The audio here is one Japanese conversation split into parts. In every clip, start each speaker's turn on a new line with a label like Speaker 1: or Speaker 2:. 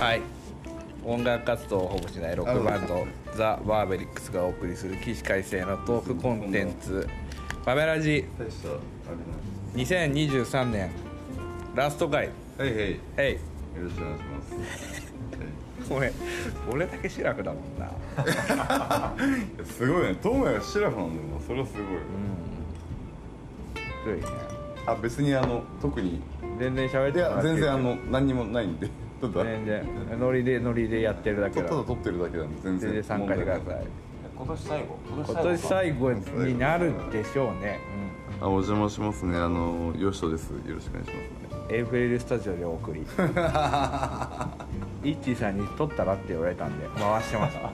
Speaker 1: はい音楽活動を保護しないロックバンドザ・バーベリックスがお送りする起死回生のトークコンテンツ「バベラジ
Speaker 2: 大したあれ」
Speaker 1: 2023年ラスト回
Speaker 2: なはいはいよ
Speaker 1: えい
Speaker 2: ろしくお 願いします
Speaker 1: ごめん俺だけシラフだもんな
Speaker 2: はいすごいねトモヤがシラフなんだよなそれはすごい
Speaker 1: 古いね
Speaker 2: あ別にあの特に
Speaker 1: 全然喋っ
Speaker 2: い
Speaker 1: てもら
Speaker 2: や
Speaker 1: ってい
Speaker 2: 全
Speaker 1: い
Speaker 2: 然あの何にもないんで ただ
Speaker 1: 全然ノリでノリでやってるだけ
Speaker 2: た
Speaker 1: だ
Speaker 2: だ撮ってるだけなんで全
Speaker 1: 全然
Speaker 2: 然
Speaker 1: 参加してください
Speaker 3: 今年最後
Speaker 1: 今
Speaker 3: 今
Speaker 1: 年
Speaker 3: 後か
Speaker 1: 最後になるでしょうね、
Speaker 2: あお邪魔しますねあのよしとですよろしくお願いします
Speaker 1: うん、エイフレルスタジオでお 送りイッチーさんに「撮ったら?」って言われたんで回してま した
Speaker 2: よ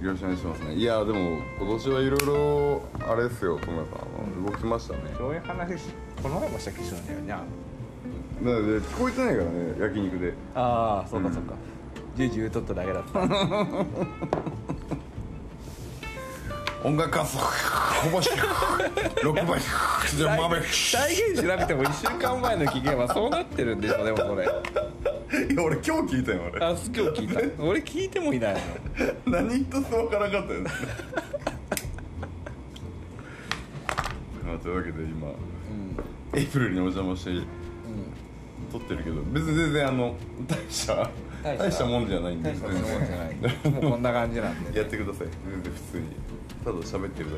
Speaker 2: ろしくお願いしますねいやでも今年はいろいろあれですよトモヤさんあの動きましたね
Speaker 1: そういう話この前もした気するんだよね
Speaker 2: なので聞こえてないからね焼肉で
Speaker 1: ああそうかそうか、ジュジュ撮っただけだった
Speaker 2: 音楽活動こぼし6倍じゃ豆
Speaker 1: 再現しなくても1週間前の期限はそうなってるんでしょでもこ れあ
Speaker 2: いや俺今日聞いたよあ
Speaker 1: 今
Speaker 2: れ
Speaker 1: 日聞いた俺聞いてもいないの
Speaker 2: 何一つ分からなかったよね まあというわけで今、エイプリルにお邪魔して、撮ってるけど別に全然あの大した
Speaker 1: 大し
Speaker 2: 大
Speaker 1: た
Speaker 2: したもんじゃないんで全然
Speaker 1: もうこんな感じなんで
Speaker 2: やってください全然普通にただ喋ってるだ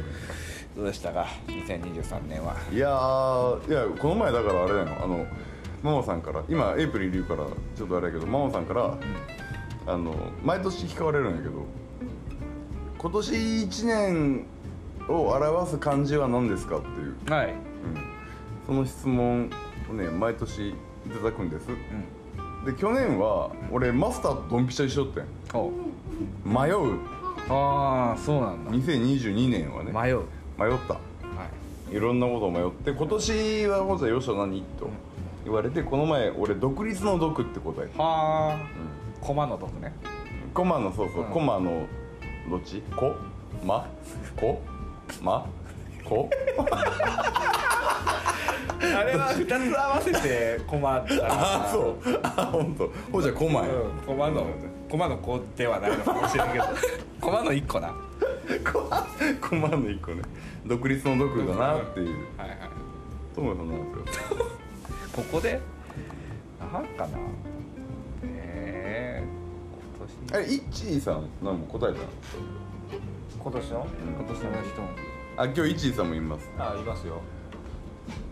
Speaker 1: どうでしたか2023年は
Speaker 2: けいやーいやこの前だからあれだよあのママさんから今エイプリルいるからちょっとあれだけどママさんから、あの毎年聞かれるんやけど今年1年を表す漢字は何ですかっていう、
Speaker 1: はい
Speaker 2: その質問をね毎年いただくんです、で去年は俺マスターとドンピシャ一緒だったんや
Speaker 1: お
Speaker 2: 迷う
Speaker 1: ああそうなんだ
Speaker 2: 2022年はね
Speaker 1: 迷う
Speaker 2: 迷った
Speaker 1: はい
Speaker 2: いろんなことを迷って今年は本当はよしは何と言われてこの前俺独立の毒って答えた
Speaker 1: はあ、駒の毒ね
Speaker 2: コマのそうそう、
Speaker 1: うん
Speaker 2: コマのどっちコマコマ コ
Speaker 1: あれは2つ合わせて駒だ
Speaker 2: あそうあ本当ほうじゃコマや、
Speaker 1: うん、駒の駒の子ではないのかもしれん けど駒の一個だは
Speaker 2: コマコマの一個ね独立の毒だなっていう
Speaker 1: いはい
Speaker 2: トモヤさんなんですよ
Speaker 1: ここでなんかなええ
Speaker 2: あれイッチーさんなんも答えたの
Speaker 3: 今年の
Speaker 1: 今年の人も
Speaker 2: あ今日イッチーさんもいます
Speaker 3: あいますよ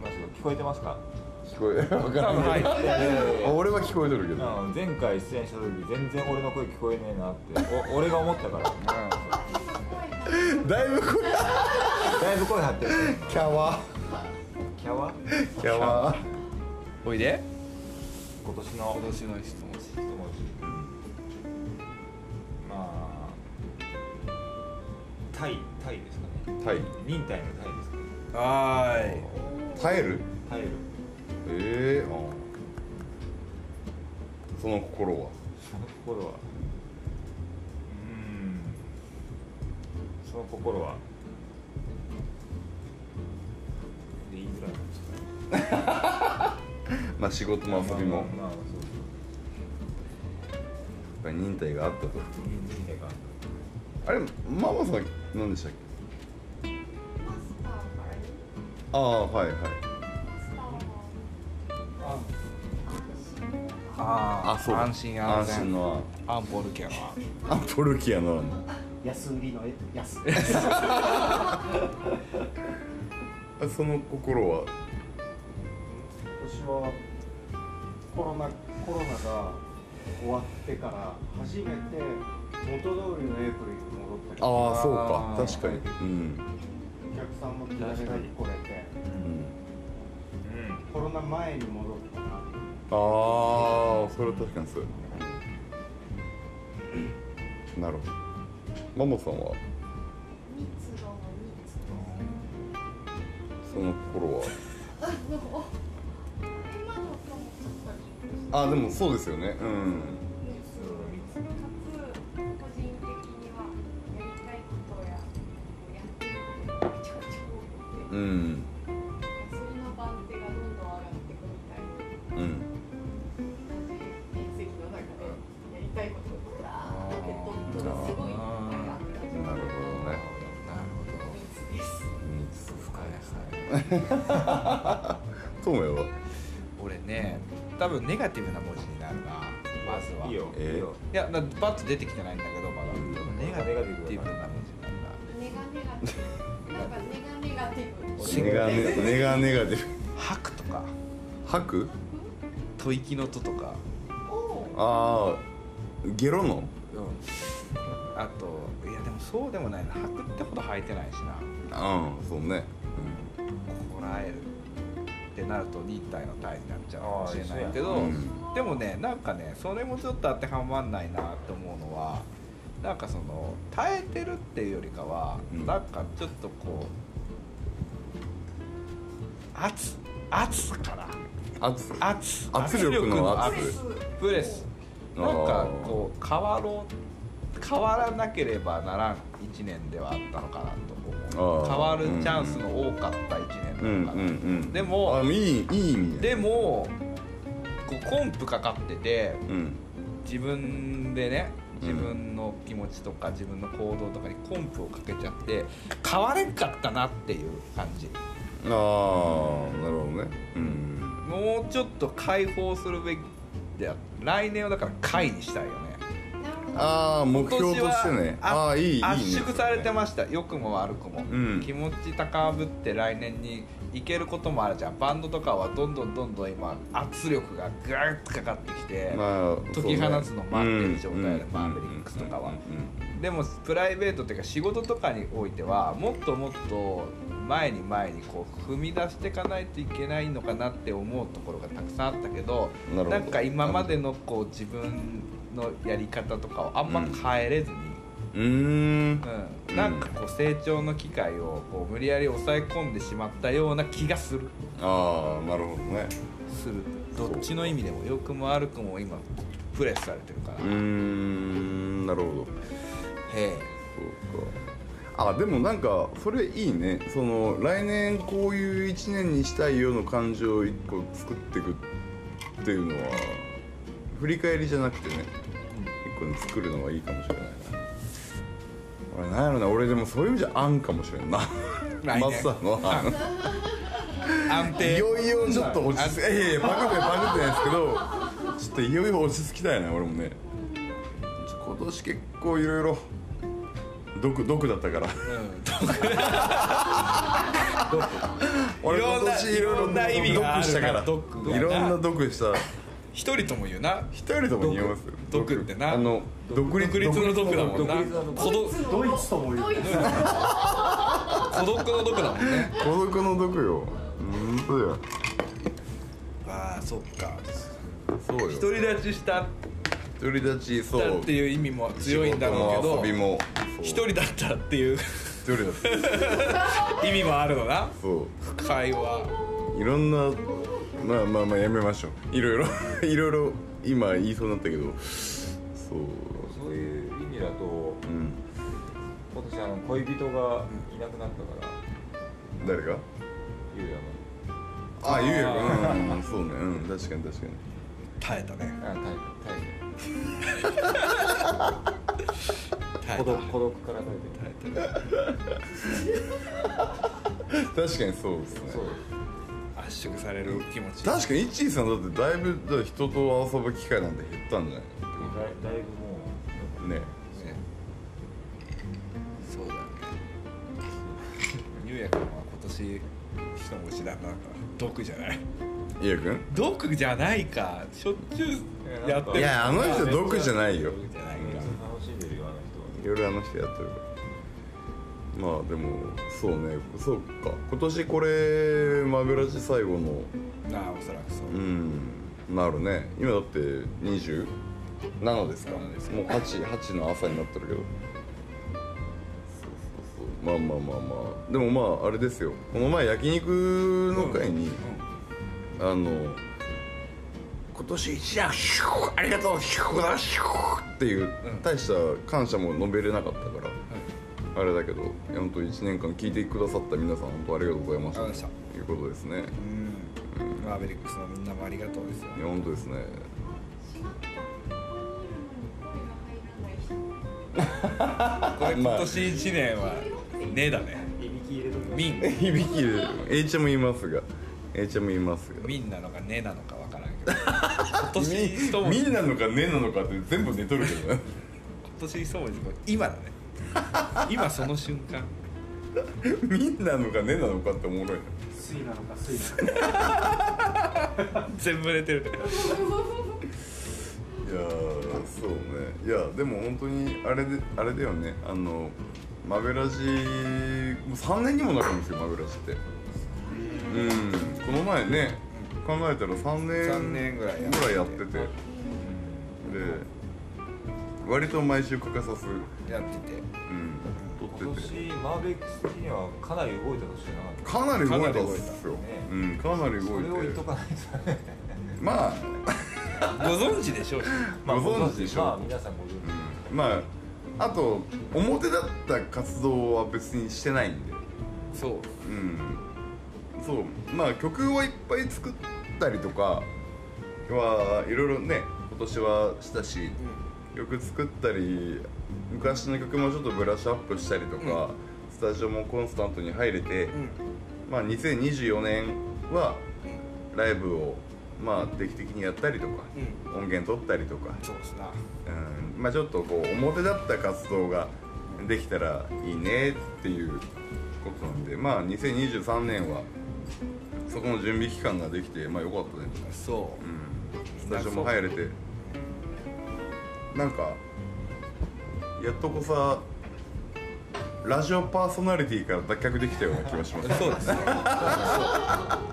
Speaker 3: いますよ聞こえてますか
Speaker 2: 聞こえわからんけ
Speaker 1: はい
Speaker 3: いやいやい
Speaker 2: どあ俺は聞こえてるけど
Speaker 3: や前回出演した時全然俺の声聞こえねえ なってお俺が思ったから
Speaker 2: だいぶこれ
Speaker 3: だいぶ声張ってる
Speaker 2: キャワ
Speaker 3: キャワ
Speaker 2: キャワ
Speaker 1: おいで
Speaker 3: 今年の
Speaker 1: 今年の質問
Speaker 3: 一文字まあタイタイですかね
Speaker 2: タイ
Speaker 3: 忍耐のタイですかね
Speaker 1: はーい
Speaker 2: 耐える
Speaker 3: タイル
Speaker 2: ええその心は
Speaker 3: その心はうーんその心は言いづらいかもしれない
Speaker 2: まあ仕事も遊びも
Speaker 3: まあまあまあそう
Speaker 2: やっぱり忍耐があったと
Speaker 3: そう忍耐が
Speaker 2: あれママさん何でしたっけ
Speaker 4: マスターから言
Speaker 2: あ
Speaker 4: う
Speaker 2: あはいはい
Speaker 4: マスターは安心
Speaker 1: あー安心安全
Speaker 2: 安心の
Speaker 1: アンポルケンは
Speaker 2: アンポルキアの
Speaker 5: 安売りの安
Speaker 2: あその心は
Speaker 5: 私はコロナコロナが終わってから初めて元通りのエイプリルに戻ったりお
Speaker 2: ああそう
Speaker 1: あ
Speaker 2: か
Speaker 1: ー
Speaker 2: 確かにうん、
Speaker 5: 客さんも誰が来れて
Speaker 2: うん、
Speaker 3: うん
Speaker 5: コロナ前に戻ったな
Speaker 2: ああそれは確かにそうやななるほどママさんは
Speaker 4: 密度の密度
Speaker 2: その心は
Speaker 4: 今のともちょっとリンクして
Speaker 2: あでもそうですよねうん
Speaker 4: 密度の密度かつ個人的にはやりたいことややってることがめちゃくちゃ多くて
Speaker 2: うん
Speaker 4: それの番手がどんどん上がってくみたいな
Speaker 2: うん
Speaker 4: 人生の中で
Speaker 2: そうやわ
Speaker 1: 俺ね多分ネガティブな文字になるなまずはい
Speaker 3: いよ
Speaker 2: えー
Speaker 3: いいよ
Speaker 1: いやだパッと出てきてないんだけどまだ
Speaker 2: うん
Speaker 1: ネガティブな文字になるな
Speaker 4: ネガネガティブ。なんかネガネガティブ。
Speaker 2: ネガネネガネガティブ
Speaker 1: 吐くとか
Speaker 2: 吐く
Speaker 1: 吐息の音とか
Speaker 4: おー
Speaker 2: ああゲロの
Speaker 1: うんあといやでもそうでもないな吐くってほど吐いてないしな
Speaker 2: うんそうね
Speaker 1: こらえるってなると忍耐の体になっちゃうかもしれないけ
Speaker 2: あ
Speaker 1: ど、
Speaker 2: ー一緒や
Speaker 1: でもねなんかねそれもちょっと当てはまんないなって思うのはなんかその耐えてるっていうよりかは、
Speaker 2: うん
Speaker 1: なんかちょっとこう圧圧から
Speaker 2: 圧
Speaker 1: 圧
Speaker 2: 圧力の圧
Speaker 1: 圧
Speaker 4: プ
Speaker 1: プレス
Speaker 2: あ
Speaker 1: な
Speaker 2: ー
Speaker 1: んかこう変わろう変わらなければならん1年ではあったのかなと思
Speaker 2: あ
Speaker 1: う
Speaker 2: ー
Speaker 1: 変わるチャンスの多かった1
Speaker 2: うん
Speaker 1: 年
Speaker 2: うん
Speaker 1: なのかな、
Speaker 2: うん
Speaker 1: でも
Speaker 2: あいいいい意味や
Speaker 1: でもこうコンプかかってて
Speaker 2: うん
Speaker 1: 自分でね
Speaker 2: うん
Speaker 1: 自分の気持ちとか自分の行動とかにコンプをかけちゃって変われんかったなっていう感じ
Speaker 2: ああなるほどねうん
Speaker 1: もうちょっと解放するべきであって来年はだから解にしたいよね
Speaker 4: なるほど。
Speaker 2: ああ目
Speaker 1: 今
Speaker 2: 標
Speaker 1: 年
Speaker 2: と
Speaker 1: は
Speaker 2: してねああーいいいいね
Speaker 1: 圧縮されてました良くも悪くも、
Speaker 2: うん
Speaker 1: 気持ち高ぶって来年に行けることもあるじゃんバンドとかはどんどんどんどん今圧力がグーッとかかってきて、
Speaker 2: まあ
Speaker 1: 解き放つの待ってる状態で
Speaker 2: うん
Speaker 1: マーベリックスとかは
Speaker 2: うん
Speaker 1: でもプライベートっていうか仕事とかにおいてはもっともっと前に前にこう踏み出していかないといけないのかなって思うところがたくさんあったけど
Speaker 2: なるほど
Speaker 1: んか今までのこう自分のやり方とかをあんま変えれずに、
Speaker 2: うんうんうーん
Speaker 1: うんなんかこう成長の機会をこう無理やり抑え込んでしまったような気がする
Speaker 2: ああなるほどね
Speaker 1: するどっちの意味でも良くも悪くも今プレスされてるから、
Speaker 2: うーんなるほど
Speaker 1: へ
Speaker 2: そうかあでもなんかそれいいねその来年こういう1年にしたいよの感情を一個作っていくっていうのは振り返りじゃなくてね一個ね作るのはいいかもしれないな俺なんやろな俺でもそういう意味じゃあんかもしれんな
Speaker 1: 来年
Speaker 2: マスターのあの
Speaker 1: え安
Speaker 2: い
Speaker 1: 定
Speaker 2: よいよちょっと落ち着きいやいやバグってバグってないですけどちょっといよいよ落ち着きたいね俺もねちょ今年結構いろいろ毒毒だったから
Speaker 1: うん
Speaker 2: 俺今年いろい
Speaker 1: い
Speaker 2: ろ
Speaker 1: ろんな意味がある
Speaker 2: 毒したから
Speaker 1: 毒が
Speaker 2: いろんな毒した
Speaker 1: 一人とも言うな
Speaker 2: 一人とも言いますよ
Speaker 1: 毒毒ってな
Speaker 2: あの独立
Speaker 1: 独立の毒だもんな
Speaker 5: 独立の毒
Speaker 1: 孤独
Speaker 5: ドイツとも言う
Speaker 4: ドイ
Speaker 5: ね
Speaker 4: ツ
Speaker 1: 孤独の毒だもんね
Speaker 2: 孤独の毒よ本当だよ
Speaker 1: ああそっか
Speaker 2: そうよ
Speaker 1: 独り立ちしたっ
Speaker 2: 独り立ちそ
Speaker 1: た
Speaker 2: う
Speaker 1: っていう意味も強いんだろうけ
Speaker 2: 仕事も
Speaker 1: ど
Speaker 2: 遊びも
Speaker 1: 一人だったっていう
Speaker 2: そう一人だった
Speaker 1: 意味もあるのな
Speaker 2: そ
Speaker 1: 会話
Speaker 2: ういろんなまあまあまあやめましょういろい ろいろいろ今言いそうになったけどそう
Speaker 3: そういう意味だと
Speaker 2: うん
Speaker 3: 今年あの恋人がいなくなったから、
Speaker 2: 誰が
Speaker 3: ゆうや
Speaker 2: あゆうや君うんそうねうん確かに確かに
Speaker 1: 耐えたね
Speaker 3: のあタイプタイ
Speaker 1: 耐え
Speaker 3: プ孤
Speaker 1: た
Speaker 3: 独孤独からタイプ
Speaker 2: 確かにそうですね
Speaker 3: そう
Speaker 1: 圧縮される気持ち
Speaker 2: 確かに一位さんだってだいぶだから人と遊ぶ機会なんて減ったんじゃ
Speaker 3: だだいぶも
Speaker 2: ない
Speaker 1: ね
Speaker 2: ね
Speaker 1: そうだよねゆうやくんは今年人も失ったから毒じゃない
Speaker 2: えゆうやく
Speaker 1: 毒じゃないかしょっちゅうやって
Speaker 2: ん
Speaker 1: る
Speaker 2: いやあの人毒じゃないよ
Speaker 1: 毒じゃないう
Speaker 3: めっ
Speaker 1: か
Speaker 3: ちゃ楽しんでるよあの
Speaker 2: いろいろあの人やってるからまあでもそうねそうか今年これマグラジ最後の
Speaker 1: なあおそらくそう
Speaker 2: うんなるね今だって27ですか
Speaker 1: 27です
Speaker 2: もう 8, 8の朝になってるけどそうそうそうまあまあまあまあでもまああれですよこの前焼肉の会に、あの今年一年シューありがとうシューだシューっていう大した感謝も述べれなかったから、あれだけどいや本当1年間聞いてくださった皆さん本当ありがとうございました
Speaker 1: ありがとうございま
Speaker 2: ということですね
Speaker 1: うん、うん、マーベリックスのみんなもありがとうですよ
Speaker 2: いや本当ですね
Speaker 4: 仕事ここにいるのに声が入らない人。
Speaker 1: これ
Speaker 2: まあ
Speaker 1: 今年一年はねだね
Speaker 3: 人はいびき入れとく
Speaker 1: 民
Speaker 2: 響きで H も言いますが H も言いますが
Speaker 1: 民なのかねなのかわからんけ ど今年一文字
Speaker 2: み
Speaker 1: 今
Speaker 2: んなのかねなのかって全部寝とるけどな
Speaker 1: 年一文字今 だね今その瞬間
Speaker 2: みんなのかねなのかっておもろいな
Speaker 5: 水なのか水なのか
Speaker 1: 全部寝てる
Speaker 2: いやーそうねいやでも本当にあれであれだよねあのマベラジもう3年にもなるんですよマベラジってうんこの前ね考えたら3年
Speaker 1: 三年ぐらいやってて
Speaker 2: やっててで割と毎週欠かさず、うん、
Speaker 1: やってて
Speaker 2: 撮って
Speaker 3: 今
Speaker 2: て
Speaker 3: 年マーベックス的にはかなり動いた年じゃなかった
Speaker 2: かなり動いたんですよ
Speaker 3: かなり動いたね
Speaker 2: うんかなり動
Speaker 3: そ
Speaker 2: い
Speaker 3: れ
Speaker 2: て
Speaker 3: を言っとかないとね
Speaker 2: まあ
Speaker 1: ご存知でしょうし
Speaker 2: まあご存知でしょう
Speaker 3: まあ皆さんご存知
Speaker 2: まああと表だった活動は別にしてないんで
Speaker 1: そう
Speaker 2: うんそうまあ曲をいっぱい作ったりとかはいろいろね今年はしたし、曲作ったり昔の曲もちょっとブラッシュアップしたりとか、スタジオもコンスタントに入れて、まあ、2024年はライブを、まあ、定期的にやったりとか、音源取ったりとか、
Speaker 1: そうですな
Speaker 2: うんまあちょっとこう表だった活動ができたらいいねっていうことなんでまあ2023年はそこの準備期間ができてまあよかったね、
Speaker 1: そ
Speaker 2: うん、スタジオも入れてなんかやっとこさラジオパーソナリティから脱却できたような気がします
Speaker 1: う そうですね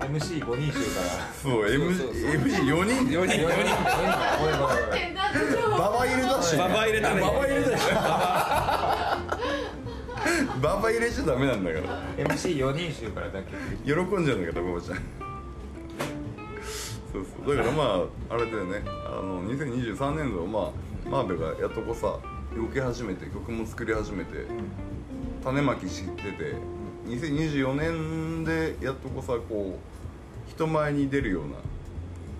Speaker 3: MC5 人衆から
Speaker 2: そ
Speaker 1: そ
Speaker 2: う
Speaker 1: う
Speaker 2: MG4 人
Speaker 1: 4人4人
Speaker 3: ごめんごめんごめん
Speaker 4: えだっ
Speaker 2: バ
Speaker 4: て
Speaker 2: バ入れだし
Speaker 1: ババ入れたね
Speaker 3: ババ入れたでし
Speaker 2: ババ入れちゃダメなんだから
Speaker 3: MC4 人衆からだけ
Speaker 2: 喜んじゃうんだけどママちゃんそうそうだからまああれだよねあの2023年度はまあマーベがやっとこさ動き始めて曲も作り始めて種まきしてて2024年でやっとこさこう人前に出るよう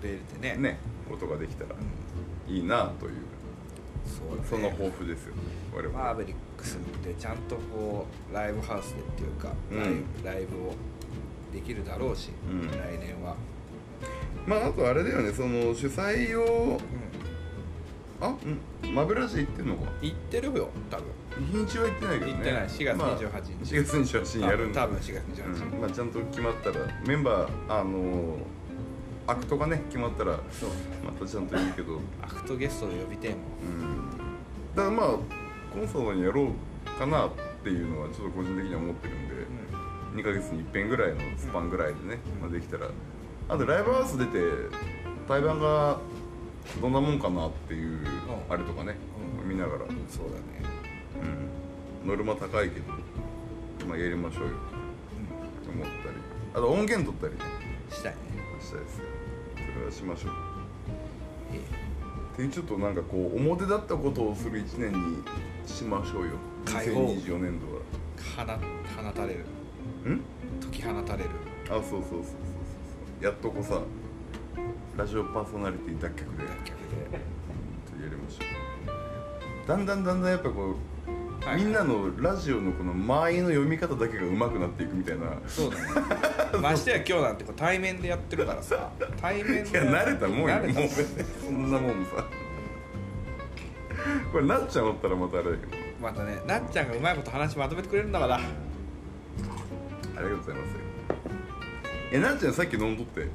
Speaker 1: 出れてね
Speaker 2: なねことができたらいいなという
Speaker 1: そうだね
Speaker 2: その抱負ですよね我々、
Speaker 1: マーベリックスってちゃんとこうライブハウスでっていうか、
Speaker 2: うん
Speaker 1: ライブライブをできるだろうし、
Speaker 2: うん
Speaker 1: 来年は、
Speaker 2: まああとあれだよねその主催をあうんマベラジ行ってんのか
Speaker 1: 行ってるよ多分
Speaker 2: 日にちは行ってないけどね
Speaker 1: 行ってない4月28日
Speaker 2: まあ4月28日やるんだ
Speaker 1: 多分4月28日、
Speaker 2: うんまあ、ちゃんと決まったらメンバーあのー、アクトがね決まったらまたちゃんと言うけどうん
Speaker 1: アクトゲストを呼びてえもん
Speaker 2: だからまあコンサートにやろうかなっていうのはちょっと個人的には思ってるんで、2ヶ月に一遍ぐらいのスパンぐらいでね、まあ、できたらあとライブハウス出て対バンがどんなもんかなっていう、
Speaker 1: うん
Speaker 2: あれとかね、
Speaker 1: うん
Speaker 2: 見ながら
Speaker 1: そうだね
Speaker 2: うん、ノルマ高いけど、まあ、やりましょうよと思ったりあと音源取ったりね
Speaker 1: したいね
Speaker 2: したいですよそれはしましょう
Speaker 1: え
Speaker 2: っていうちょっとなんかこう表だったことをする1年にしましょうよ
Speaker 1: 解放
Speaker 2: 2024年度は
Speaker 1: 放放たれる
Speaker 2: うん
Speaker 1: 解き放たれる
Speaker 2: あそうそうそうそうそうそうやっとこさラジオパーソナリティ脱却
Speaker 1: 脱
Speaker 2: で
Speaker 1: 却で
Speaker 2: やりましょうだんだんだんだんやっぱこう、
Speaker 1: はい
Speaker 2: みんなのラジオのこの間合いの読み方だけが上手くなっていくみたいな
Speaker 1: そうだねましてや今日なんてこう対面でやってるからさ対面
Speaker 2: い
Speaker 1: で
Speaker 2: や慣れたもんよ
Speaker 1: 慣
Speaker 2: も
Speaker 1: れた
Speaker 2: う
Speaker 1: し
Speaker 2: そんなもんさこれなっちゃんおったらまたあれだけど
Speaker 1: またねなっちゃんがうまいこと話まとめてくれるんだから
Speaker 2: ありがとうございますえなっちゃんさっき飲んどって
Speaker 1: う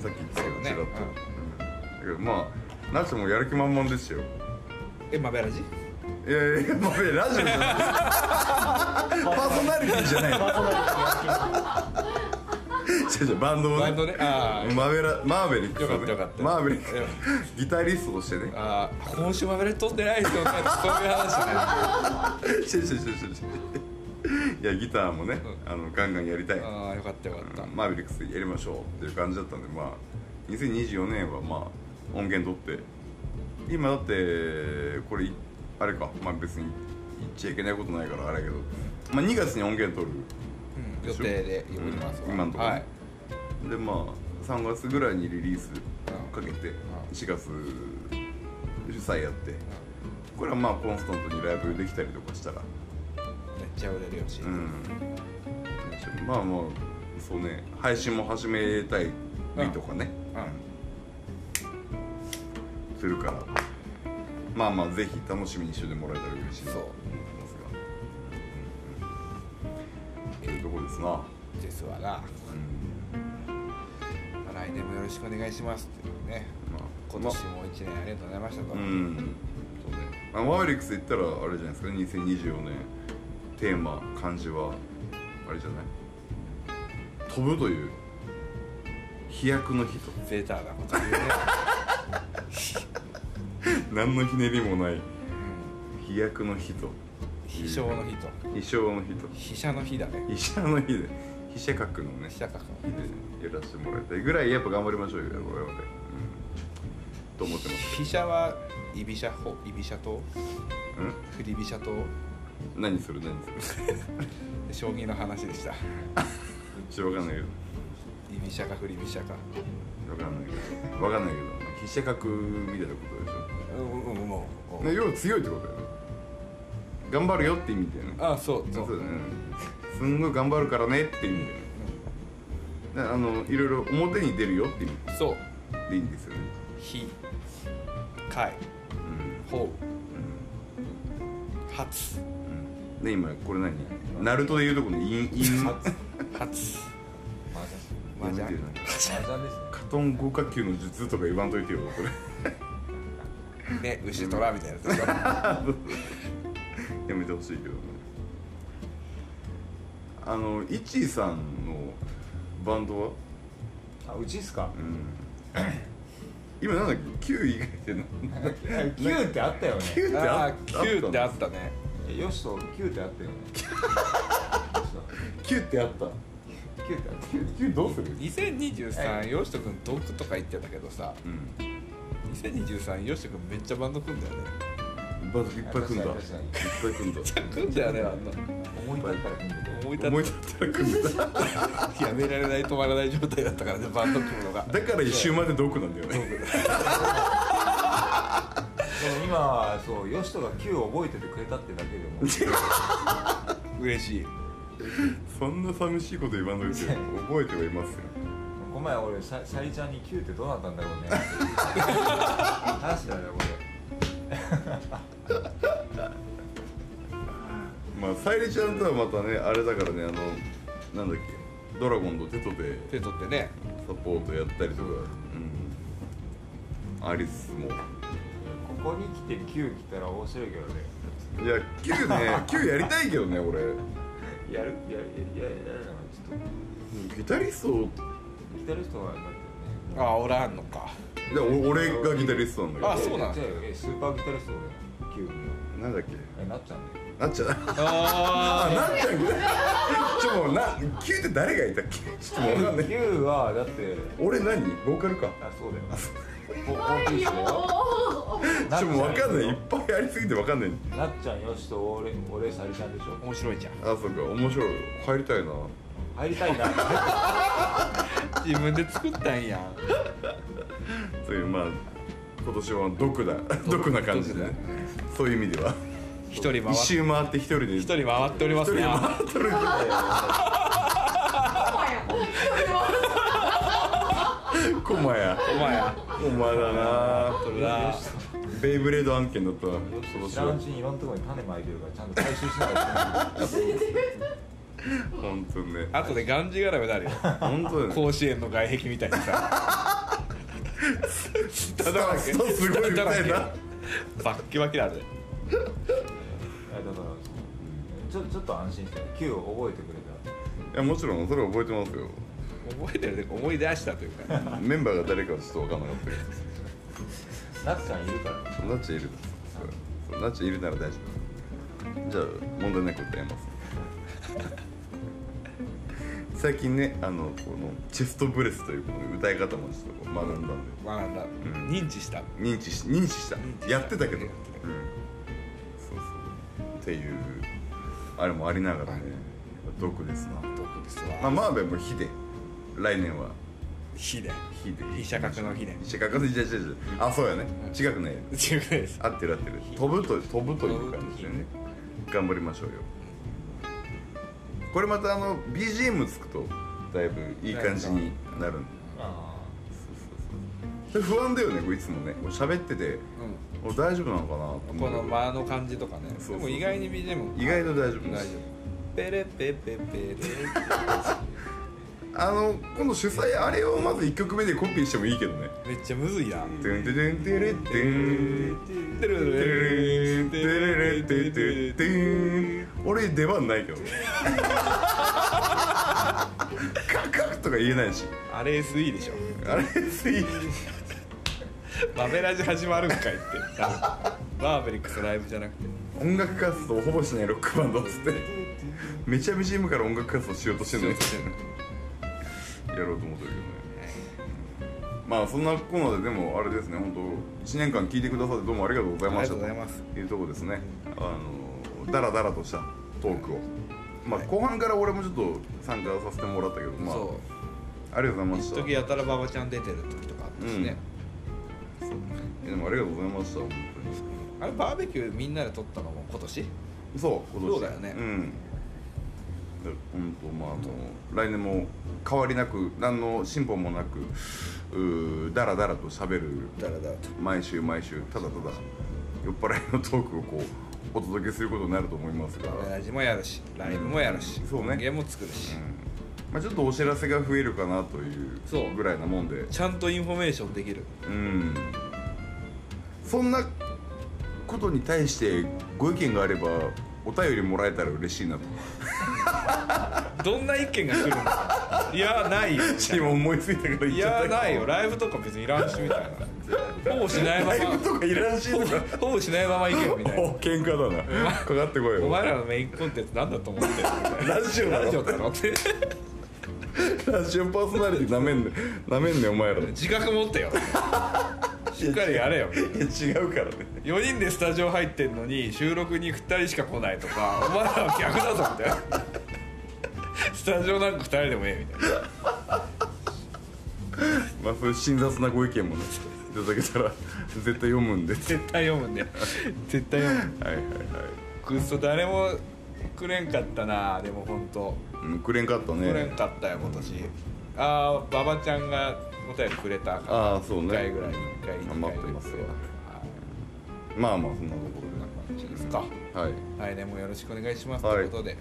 Speaker 2: さっき言ってたけど
Speaker 1: そう
Speaker 2: ち
Speaker 1: ね
Speaker 2: らっと、うんだけどまあなっちゃんもやる気満々ですよ
Speaker 1: んえマベラジ
Speaker 2: いやいやまあラジオじ ゃないパーソナリティじゃない 違う違うバンドをね
Speaker 1: バンドねあー
Speaker 2: マーベラマーベリックス
Speaker 1: よ
Speaker 2: をね
Speaker 1: かったよかった
Speaker 2: マーベリックスギタリストとしてね
Speaker 1: ああ今週マベラジ撮ってないですよねそういう 話ね
Speaker 2: 違う違う違う違う違ういやギターもね、あのガンガンやりたい、
Speaker 1: ああよかったよかった、
Speaker 2: マーヴェリックスやりましょうっていう感じだったんでまあ2024年はまあ音源取って今だってこれいあれかまあ別に言っちゃいけないことないからあれやけど、まあ、2月に音源取
Speaker 1: うん、予定で呼びますわ、
Speaker 2: うん今んとこね
Speaker 1: はい
Speaker 2: るでまあ3月ぐらいにリリース
Speaker 1: うん
Speaker 2: かけて
Speaker 1: ん
Speaker 2: 4月主催やってこれはまあコンスタントにライブできたりとかしたら
Speaker 1: ちゃ売れるよし、
Speaker 2: うんまあまあそうね配信も始めたいりとかね、するからまあまあぜひ楽しみにしててもらえたら嬉しいなと
Speaker 1: そう
Speaker 2: 思ってますがうんうんというとこですな、
Speaker 1: ですわな、
Speaker 2: うん
Speaker 1: まあ、来年もよろしくお願いしますっていうね
Speaker 2: まあ、
Speaker 1: 今年も一年ありがとうございましたと、
Speaker 2: うんそうねまあマーベリックス言ったらあれじゃないですか2024年テーマ漢字はあれじゃない飛ぶという飛躍の日と
Speaker 1: 贅沢なこと言うね、
Speaker 2: 何のひねりもない
Speaker 1: うん、
Speaker 2: 飛躍の日と
Speaker 1: 飛翔の日と
Speaker 2: 飛翔の日と
Speaker 1: 飛車の日だね
Speaker 2: 飛車の日で飛車角のね
Speaker 1: 飛車角の日
Speaker 2: やらせてもらいたいぐらいやっぱ頑張りましょうよ我々、うん、と思ってます
Speaker 1: 飛車は居飛車法居飛車党
Speaker 2: う
Speaker 1: 振り飛車党
Speaker 2: ん何する何する
Speaker 1: 将棋の話でした
Speaker 2: ちょっとわかんないけど
Speaker 1: 居飛車か振り飛車か
Speaker 2: わかんないけどわかんないけど筆者格みたいなことでし
Speaker 1: うんうんうんも
Speaker 2: ょ、ね、要は強いってことだよね頑張るよって意味だよね
Speaker 1: あそうそ
Speaker 2: そう
Speaker 1: う
Speaker 2: だよねすんごい頑張るからねって意味だよねだからあのいろいろ表に出るよって意味
Speaker 1: そう
Speaker 2: でいいんですよね
Speaker 1: 非開
Speaker 2: うん
Speaker 1: 法発
Speaker 2: うんね今これ何ナルトで言うとこのインイン
Speaker 3: マジ
Speaker 1: 発
Speaker 3: マジ
Speaker 1: 麻
Speaker 2: な
Speaker 1: 雀
Speaker 2: んていうの
Speaker 3: ですね
Speaker 2: カトン五角球の術とか言わんといてよこれ
Speaker 1: ね牛虎みたいなやつでしょ
Speaker 2: やめてほしいけどねあのイチーさんのバンドは
Speaker 3: あうちっすか
Speaker 2: うん今なんだっけ9以外でな
Speaker 3: 九ってあったよね
Speaker 2: 9ってあ
Speaker 1: ああ
Speaker 2: っ
Speaker 1: 9ってあったね
Speaker 3: えよしと九ってあったよね
Speaker 2: 9ってあった
Speaker 3: 九ってあった
Speaker 2: 9どうする
Speaker 1: 2023よしとくんドクとか言ってたけどさ
Speaker 2: うん
Speaker 1: 2023よしとくんめっちゃバンド組んだよね
Speaker 2: バンドいっぱい組んだいっ
Speaker 3: 確かに
Speaker 2: ぱい組んだ
Speaker 1: 組んだよねあんな
Speaker 3: 思い立ったら組んで
Speaker 1: 思い立
Speaker 2: 思い
Speaker 1: っ
Speaker 2: 立ったら組んだ
Speaker 1: てやめられない止まらない状態だったからねバンド組むのが
Speaker 2: だから一周までドクなんだよね
Speaker 3: でも今そうよしとが九を覚えててくれたってだけでも
Speaker 1: 嬉しい
Speaker 2: そんな寂しいこと言わんと いてよ覚えてはいますよ
Speaker 3: この前俺ささゆりちゃんに「Q ってどうなったんだろうね」話してたよこ
Speaker 2: まあさゆりちゃんとはまたねあれだからねあのなんだっけドラゴンとテトで
Speaker 1: 手取ってね
Speaker 2: サポートやったりとか、うん、アリスも
Speaker 3: れここに来て「Q 来たら面白いけどね
Speaker 2: いや9ね9やり たいけどね俺
Speaker 3: やるやるやるやるのがちょっ
Speaker 2: ギタリスト
Speaker 3: と来てる人がだってね
Speaker 1: ああおらんのか
Speaker 2: でお俺がギタリストなんだけど
Speaker 1: あそうなん
Speaker 3: じゃあえスーパーギタリスト俺 Q に
Speaker 2: なんだっけ
Speaker 3: えなっちゃうんだよ
Speaker 2: なっちゃんあ
Speaker 1: あ
Speaker 2: なっちゃん ちょっともうな9って誰がいたっけちょっともう分かんない
Speaker 3: Q はだって
Speaker 2: 俺何ボーカルか
Speaker 3: あそうだよボボーカリ ストだよ
Speaker 4: おー
Speaker 2: ちょっともう分かんないいっぱいありすぎて分かんない
Speaker 3: なっちゃんよしと俺俺さゆりちゃんでしょ
Speaker 1: 面白いじゃん
Speaker 2: あそうか面白い入りたいな
Speaker 3: 入り たいな
Speaker 1: 自分で作ったんやん
Speaker 2: そういうまあ今年は毒だ毒な感じで、ね、そういう意味では
Speaker 1: 一人回っ
Speaker 2: 一周回って一人で
Speaker 1: 一人回っております
Speaker 2: 一
Speaker 1: ね
Speaker 2: 人回ってる
Speaker 4: パパや
Speaker 2: コマや
Speaker 1: お前や
Speaker 2: コマだな
Speaker 1: それだ
Speaker 2: ベイブレード案件だったな今
Speaker 3: 知
Speaker 2: 年
Speaker 3: らんう
Speaker 2: は
Speaker 3: ちにいろんなところに種まいてるからちゃんと回収しなかった
Speaker 2: 本当ね
Speaker 1: あとでがんじがらめなるよ
Speaker 2: 本当だね
Speaker 1: 甲子園の外壁みたいにさ
Speaker 2: スタスタすごいみたいな
Speaker 1: バッキバキだぜ
Speaker 3: いやだからちょちょっと安心して Q を覚えてくれた
Speaker 2: いやもちろんそれは覚えてますよ
Speaker 1: 覚えてるで思い出したというか
Speaker 2: メンバーが誰かはちょっと分かんなかったけ
Speaker 3: なっちゃんいるから
Speaker 2: どナッチいるそうナッチいるなら大丈夫じゃあ問題なく 答えます最近ねあのこのチェストブレスというこの歌い方もちょっと学んだんで
Speaker 1: 学んだ
Speaker 2: ん
Speaker 1: 認知した
Speaker 2: 認知し認知した
Speaker 1: 認知した
Speaker 2: やってた
Speaker 1: やってた
Speaker 2: けど、うんそうそうっていうあれもありながらね毒ですな
Speaker 1: 毒です
Speaker 2: まあ、
Speaker 1: わ
Speaker 2: マーベも火で来年は
Speaker 1: 火で
Speaker 2: 火で
Speaker 1: 飛車角の火ね
Speaker 2: 飛車角の火じゃじゃじゃあそうやね違くない
Speaker 1: 違うです
Speaker 2: 合ってる合ってる飛ぶと飛ぶという感じでね頑張りましょうよこれまたあの BGM つくとだいぶいい感じになるんで
Speaker 3: あ
Speaker 2: それ不安だよねこれいつもねこれ喋ってて俺大丈夫なのかなと思う
Speaker 1: この間の感じとかね
Speaker 2: そ
Speaker 1: で
Speaker 2: うそう
Speaker 1: も意外に BGM
Speaker 2: 意外と大丈
Speaker 1: 大
Speaker 2: 夫で
Speaker 1: 丈
Speaker 2: す
Speaker 1: 夫ペレペペペレ
Speaker 2: あの今度主催あれをまず1曲目でコピーしてもいいけどね
Speaker 1: めっちゃむずいやん
Speaker 2: 「トゥントゥトゥントゥルットゥン」
Speaker 1: てる
Speaker 2: テレレンテレレンテレテテン 俺出番な いけどカクカクとか言えないし
Speaker 1: あれ SE でしょ
Speaker 2: あれつい
Speaker 1: バベラジ始まるんかいって なるバーベリックスライブじゃなくて
Speaker 2: 音楽活動をほぼしないロックバンドっつってめちゃめちゃ今から音楽活動しようとしてるのにやろうと思ってるけどねまあそんなコーナーででもあれですね本当一1年間聞いてくださってどうもありがとうござい
Speaker 1: あり
Speaker 2: ました
Speaker 1: がとうございます
Speaker 2: いうとこですねあのダラダラとしたトークをまあ後半から俺もちょっと参加させてもらったけどま
Speaker 1: そ
Speaker 2: あありがとうございうまし
Speaker 1: 一
Speaker 2: た
Speaker 1: 時やたら馬場ちゃん出てる時とかあったしね、
Speaker 2: えでもありがとうございました本
Speaker 1: あれバーベキューみんなで撮ったのも今年
Speaker 2: 当にそう今年
Speaker 1: そうだよね
Speaker 2: うんで本当まああの来年も変わりなく何の進歩もなくうーダラダラと喋る
Speaker 1: だらだらと
Speaker 2: 毎週毎週ただただ酔っ払いのトークをこうお届けすることになると思いますが、
Speaker 1: バベラジもやるしライブもやるし、
Speaker 2: うんそうね
Speaker 1: 音源も作るし、
Speaker 2: まあ、ちょっとお知らせが増えるかなという
Speaker 1: そう
Speaker 2: ぐらいなもんで
Speaker 1: ちゃんとインフォメーションできる
Speaker 2: うんそんなことに対してご意見があればお便りもらえたら嬉しいなと
Speaker 1: どんな意見が来るのかいやない よ
Speaker 2: 今思いついたから言っ
Speaker 1: い
Speaker 2: ちゃった
Speaker 1: や
Speaker 2: けど
Speaker 1: ないよライブとか別にいらんしみたい なほぼしないま
Speaker 2: ライブ
Speaker 1: ま
Speaker 2: とかいらんしいとか
Speaker 1: ほぼし ないままいけよみたい
Speaker 2: お
Speaker 1: な
Speaker 2: 喧嘩だなかかってこいよ
Speaker 1: お前らのメインコンテンツなんだと思ってる
Speaker 2: ラジオだ
Speaker 1: ラジオ
Speaker 2: ろ
Speaker 1: だろって
Speaker 2: ラジオパーソナリティなめんねなめんねお前らい
Speaker 1: 自覚持って よしっかりやれよ
Speaker 2: や違うからね
Speaker 1: 4人でスタジオ入ってんのに収録に2人しか来ないとかお前らは逆だぞみたい なスタジオなんか2人でもええみたいな
Speaker 2: まあそういう辛雑なご意見もねいただけたら絶対読むんで
Speaker 1: 絶対読む んで絶対読む
Speaker 2: はいはいはい
Speaker 1: くっそ誰もくれんかったなでも本当
Speaker 2: うんくれんかった
Speaker 1: くれん
Speaker 2: ね
Speaker 1: かったよ今年ああ馬場ちゃんがお便りくれたから
Speaker 2: ああそうね
Speaker 1: 1回ぐらい1回1回
Speaker 2: 頑張ってますわ
Speaker 1: はい
Speaker 2: まあまあそんなとこ
Speaker 1: こんな感じですか
Speaker 2: ろではい
Speaker 1: 来年もよろしくお願いします、
Speaker 2: はい
Speaker 1: ということで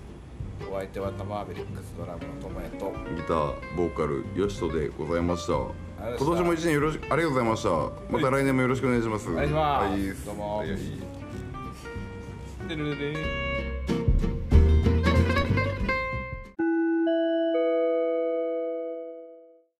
Speaker 1: お相手はタマーベリックスドラムのともやと
Speaker 2: ギターボーカルよしとでございました
Speaker 1: ありがと
Speaker 2: 今
Speaker 1: うござい
Speaker 2: 年も
Speaker 1: ま
Speaker 2: 一年よろしくありがとうございましたまた来年もよろしくお願いしますお
Speaker 1: お願いしますどうも
Speaker 2: はい
Speaker 1: てるるるん